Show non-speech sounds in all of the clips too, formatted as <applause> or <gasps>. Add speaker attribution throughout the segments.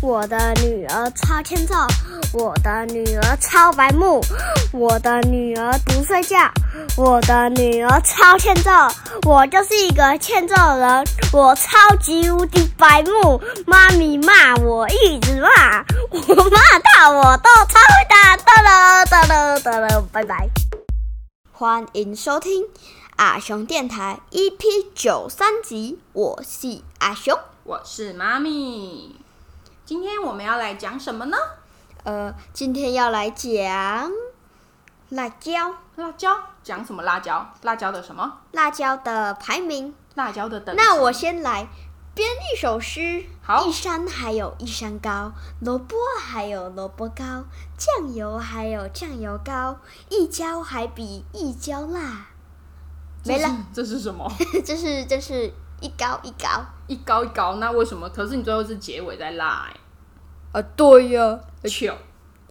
Speaker 1: 我的女儿超欠揍，我的女儿超白目，我的女儿不睡觉，我的女儿超欠揍，我就是一个欠揍人，我超级无敌白目，妈咪骂我一直骂，我骂到我都超会打，哒了哒了哒了，拜拜。
Speaker 2: 欢迎收听阿雄电台 EP 九三集，我是阿雄。
Speaker 3: 我是妈咪。今天我们要来讲什么呢？
Speaker 2: 呃，今天要来讲辣椒，
Speaker 3: 辣椒，讲什么辣椒？辣椒的什么？
Speaker 2: 辣椒的排名。
Speaker 3: 辣椒的等级。
Speaker 2: 那我先来编一首诗：
Speaker 3: 好
Speaker 2: 一山还有一山高，萝卜还有萝卜高，酱油还有酱油高，一椒还比一椒辣。
Speaker 3: 这
Speaker 2: 没
Speaker 3: 是
Speaker 2: 了，
Speaker 3: 这是什么？
Speaker 2: <laughs> 这是这是一高一高。
Speaker 3: 一高一高，那为什么？可是你最后是结尾在辣、
Speaker 2: 啊，对呀、
Speaker 3: 欸，糗。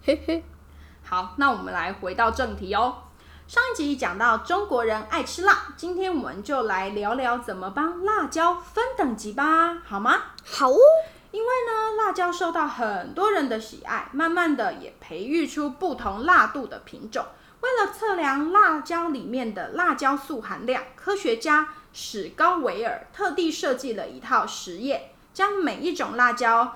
Speaker 2: 嘿嘿。
Speaker 3: 好，那我们来回到正题哦。上一集讲到中国人爱吃辣，今天我们就来聊聊怎么帮辣椒分等级吧，好吗？
Speaker 2: 好哦，
Speaker 3: 因为呢，辣椒受到很多人的喜爱，慢慢的也培育出不同辣度的品种。为了测量辣椒里面的辣椒素含量，科学家史高维尔特地设计了一套实验，将每一种辣椒，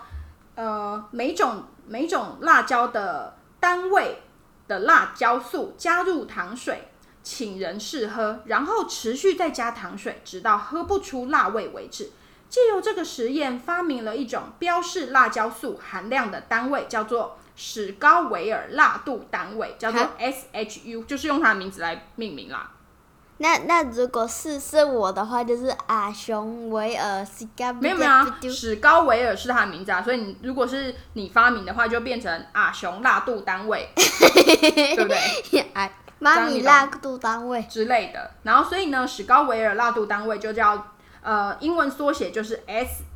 Speaker 3: 呃，每种每种辣椒的单位的辣椒素加入糖水，请人试喝，然后持续再加糖水，直到喝不出辣味为止。借由这个实验，发明了一种标示辣椒素含量的单位，叫做史高维尔辣度单位，叫做
Speaker 2: 哈
Speaker 3: SHU，就是用它的名字来命名啦。
Speaker 2: 那那如果是是我的话，就是阿雄维尔斯加
Speaker 3: 没有没有啊，史高维尔是它的名字啊，所以你如果是你发明的话，就变成阿熊辣度单位，对不对？
Speaker 2: 哎，妈咪辣度单位
Speaker 3: 之类的。然后所以呢，史高维尔辣度单位就叫呃英文缩写就是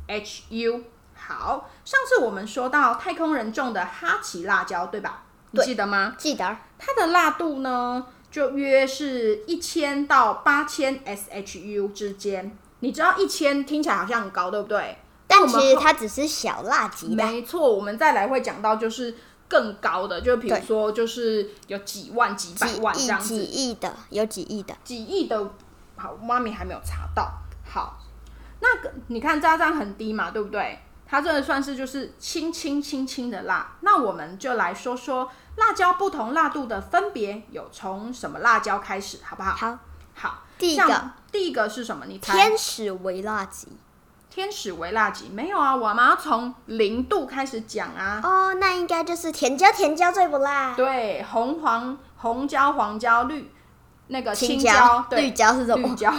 Speaker 3: SHU。好，上次我们说到太空人种的哈奇辣椒，对吧？你
Speaker 2: 对
Speaker 3: 记得吗？
Speaker 2: 记得
Speaker 3: 它的辣度呢，就约是一千到八千 SHU 之间。你知道一千听起来好像很高，对不对？
Speaker 2: 但
Speaker 3: 我们
Speaker 2: 其实
Speaker 3: 后
Speaker 2: 它只是小辣级的，
Speaker 3: 没错，我们再来会讲到就是更高的，就比如
Speaker 2: 对
Speaker 3: 说就是有几万、几百
Speaker 2: 几
Speaker 3: 万这
Speaker 2: 亿
Speaker 3: 样
Speaker 2: 几
Speaker 3: 子，
Speaker 2: 亿的，有几亿的，
Speaker 3: 几亿的。好，妈咪还没有查到。好，那个你看渣渣很低嘛，对不对？它这个算是就是轻轻轻轻的辣。那我们就来说说辣椒不同辣度的分别，有从什么辣椒开始，好不好？
Speaker 2: 好，
Speaker 3: 好，
Speaker 2: 第一
Speaker 3: 像
Speaker 2: 个
Speaker 3: 第一个是什么？你猜？
Speaker 2: 天使微辣级
Speaker 3: 天使微辣级没有啊，我们要从零度开始讲啊。
Speaker 2: 哦，那应该就是甜椒，甜椒最不辣，
Speaker 3: 对，红黄红椒、黄椒、绿那个青
Speaker 2: 椒、绿
Speaker 3: 对
Speaker 2: 椒是什
Speaker 3: 绿
Speaker 2: 么？
Speaker 3: 椒，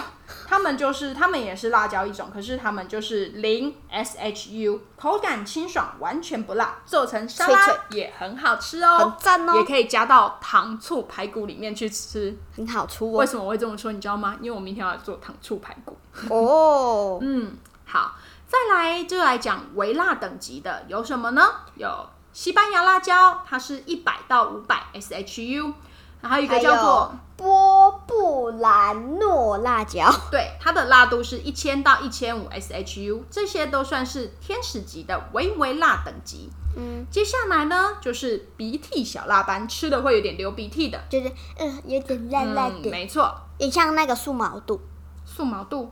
Speaker 3: 它们就是它们也是辣椒一种，可是它们就是零 SHU，口感清爽，完全不辣，做成沙
Speaker 2: 脆
Speaker 3: 拉也很好吃哦
Speaker 2: 很，赞
Speaker 3: 也
Speaker 2: 哦，
Speaker 3: 可以加到糖醋排骨里面去吃。
Speaker 2: 很好出
Speaker 3: 为
Speaker 2: 哦。
Speaker 3: 什么我会这么说？你知道吗？因为我明天要做糖醋排骨。
Speaker 2: 哦，
Speaker 3: 嗯，好，再来就来讲微辣等级的有什么呢？有西班牙辣椒，它是一百到五百 SHU，然后还有一个
Speaker 2: 还
Speaker 3: 叫做
Speaker 2: 有波布兰诺辣椒，
Speaker 3: 对它的辣度是一千到一千五 SHU，这些都算是天使级的微微辣等级。
Speaker 2: 嗯，
Speaker 3: 接下来呢，就是鼻涕小辣班，吃的会有点流鼻涕的，
Speaker 2: 就是嗯，有点辣辣
Speaker 3: 嗯，
Speaker 2: 的，
Speaker 3: 没错，
Speaker 2: 也像那个素毛肚，
Speaker 3: 素毛肚。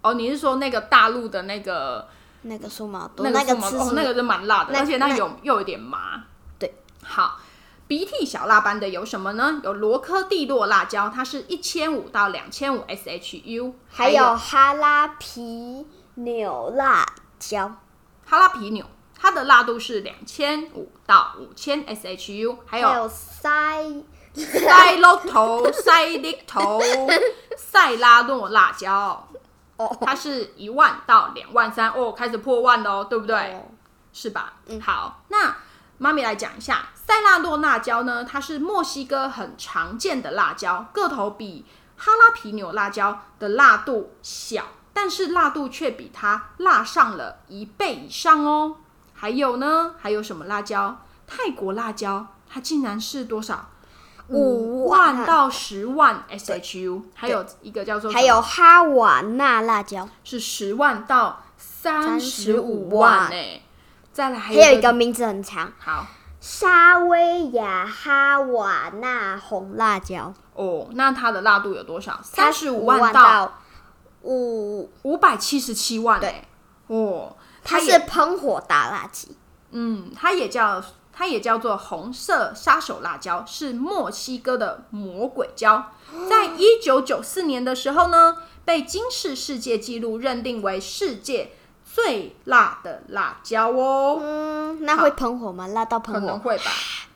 Speaker 3: 哦，你是说那个大陆的那个
Speaker 2: 那个素毛肚，
Speaker 3: 那
Speaker 2: 个
Speaker 3: 素毛
Speaker 2: 吃
Speaker 3: 哦，那个是蛮辣的，
Speaker 2: 那
Speaker 3: 而且它
Speaker 2: 那
Speaker 3: 有又有点麻。
Speaker 2: 对，
Speaker 3: 好，鼻涕小辣班的有什么呢？有罗科蒂洛辣椒，它是一千五到两千五 SHU，
Speaker 2: 还有哈拉皮纽辣椒，
Speaker 3: 哈拉皮牛，它的辣度是两千五到五千 SHU，还
Speaker 2: 还
Speaker 3: 有
Speaker 2: 有塞
Speaker 3: 塞洛头、塞利头、塞拉诺辣椒，
Speaker 2: 哦，
Speaker 3: 它是一万到两万三哦，开始破万喽，对不对？是吧？
Speaker 2: 嗯
Speaker 3: 好，那妈咪来讲一下塞拉诺辣椒呢，它是墨西哥很常见的辣椒，个头比哈拉皮牛辣椒的辣度小，但是辣度却比它辣上了一倍以上哦。还有呢，还有什么辣椒？泰国辣椒，它竟然是多少？
Speaker 2: 五
Speaker 3: 五
Speaker 2: 万
Speaker 3: 万到十万 SHU，还有一个叫做什么
Speaker 2: 还有哈瓦那辣椒，
Speaker 3: 是十万到三十
Speaker 2: 35
Speaker 3: 五万
Speaker 2: 万
Speaker 3: 呢、再来
Speaker 2: 还
Speaker 3: 还
Speaker 2: 有
Speaker 3: 有
Speaker 2: 一个名字很长，
Speaker 3: 好
Speaker 2: 沙威亚哈瓦那红辣椒，
Speaker 3: 哦，那它的辣度有多少？
Speaker 2: 它
Speaker 3: 三十
Speaker 2: 五
Speaker 3: 五
Speaker 2: 万
Speaker 3: 万到
Speaker 2: 五，
Speaker 3: 五百七十七万、欸，哦，
Speaker 2: 它是
Speaker 3: 也
Speaker 2: 喷火大辣鸡，
Speaker 3: 嗯，它也叫它也叫做红色杀手辣椒，是墨西哥的魔鬼椒。
Speaker 2: <gasps>
Speaker 3: 在一九九四年的时候呢，被金氏世界纪录认定为世界最辣的辣椒哦，
Speaker 2: 嗯，那会喷火吗？辣到
Speaker 3: 可
Speaker 2: 喷
Speaker 3: 能
Speaker 2: 火，
Speaker 3: 会吧。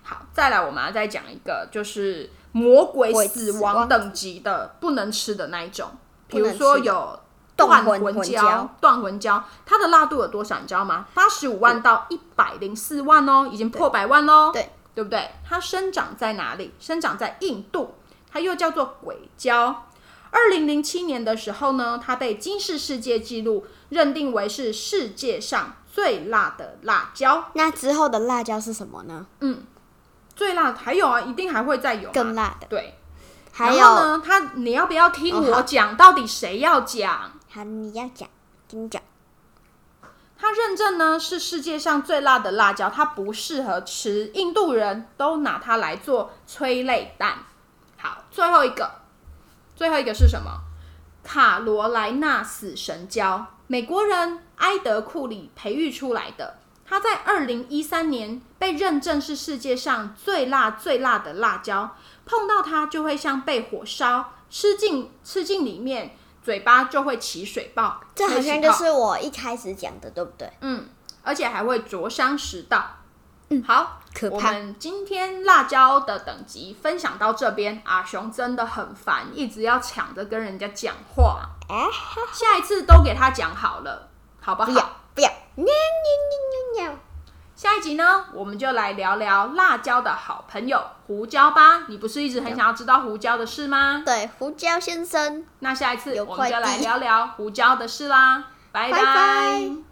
Speaker 3: 好，再来，我们要再讲一个，就是魔鬼
Speaker 2: 鬼
Speaker 3: 死
Speaker 2: 死
Speaker 3: 亡
Speaker 2: 亡
Speaker 3: 等级的不能吃的那一种，比
Speaker 2: 不
Speaker 3: 如
Speaker 2: 能
Speaker 3: 说
Speaker 2: 吃的
Speaker 3: 有
Speaker 2: 断
Speaker 3: 断
Speaker 2: 魂
Speaker 3: 魂
Speaker 2: 魂
Speaker 3: 胶
Speaker 2: 胶，
Speaker 3: 断魂胶，它的辣度有多少？你知道吗？八十五万到一百零四万哦，已经破百万喽。
Speaker 2: 对，
Speaker 3: 对不对？它生长在哪里？生长在印度，它又叫做鬼胶。二零零七年的时候呢，它被金氏世界纪录认定为是世界上最辣的辣椒。
Speaker 2: 那之后的辣椒是什么呢？
Speaker 3: 嗯，最辣还有啊，一定还会再有嘛
Speaker 2: 更辣的，
Speaker 3: 对。
Speaker 2: 还
Speaker 3: 然后
Speaker 2: 有
Speaker 3: 呢，它你要不要听
Speaker 2: 哦
Speaker 3: 我
Speaker 2: 好
Speaker 3: 讲？到底谁要讲？
Speaker 2: 好，你要讲，你讲，
Speaker 3: 它认证呢是世界上最辣的辣椒，它不适合吃，印度人都拿它来做催泪弹。好，最后一个，最后一个是什么？卡罗莱纳死神椒，美国人埃德库里培育出来的。它在二零一三年被认证是世界上最辣最辣的辣椒，碰到它就会像被火烧，吃进吃进里面，嘴巴就会起水泡。
Speaker 2: 这好
Speaker 3: 起
Speaker 2: 像
Speaker 3: 泡
Speaker 2: 就是我一开始讲的，对不对？
Speaker 3: 嗯，而且还会灼伤食道。嗯，好，
Speaker 2: 可
Speaker 3: 我
Speaker 2: 怕
Speaker 3: 们今天辣椒的等级分享到这边，阿雄真的很烦，一直要抢着跟人家讲话。
Speaker 2: 啊，
Speaker 3: 下一次都给他讲好了，好不
Speaker 2: 不
Speaker 3: 好？
Speaker 2: 要不要，喵喵喵喵喵，
Speaker 3: 下一集呢，我们就来聊聊辣椒的好朋友胡椒吧。你不是一直很想要知道胡椒的事吗？
Speaker 2: 对，胡椒先生。
Speaker 3: 那下一次
Speaker 2: 有
Speaker 3: 我们
Speaker 2: 快递
Speaker 3: 就来聊聊胡椒的事啦，拜
Speaker 2: 拜拜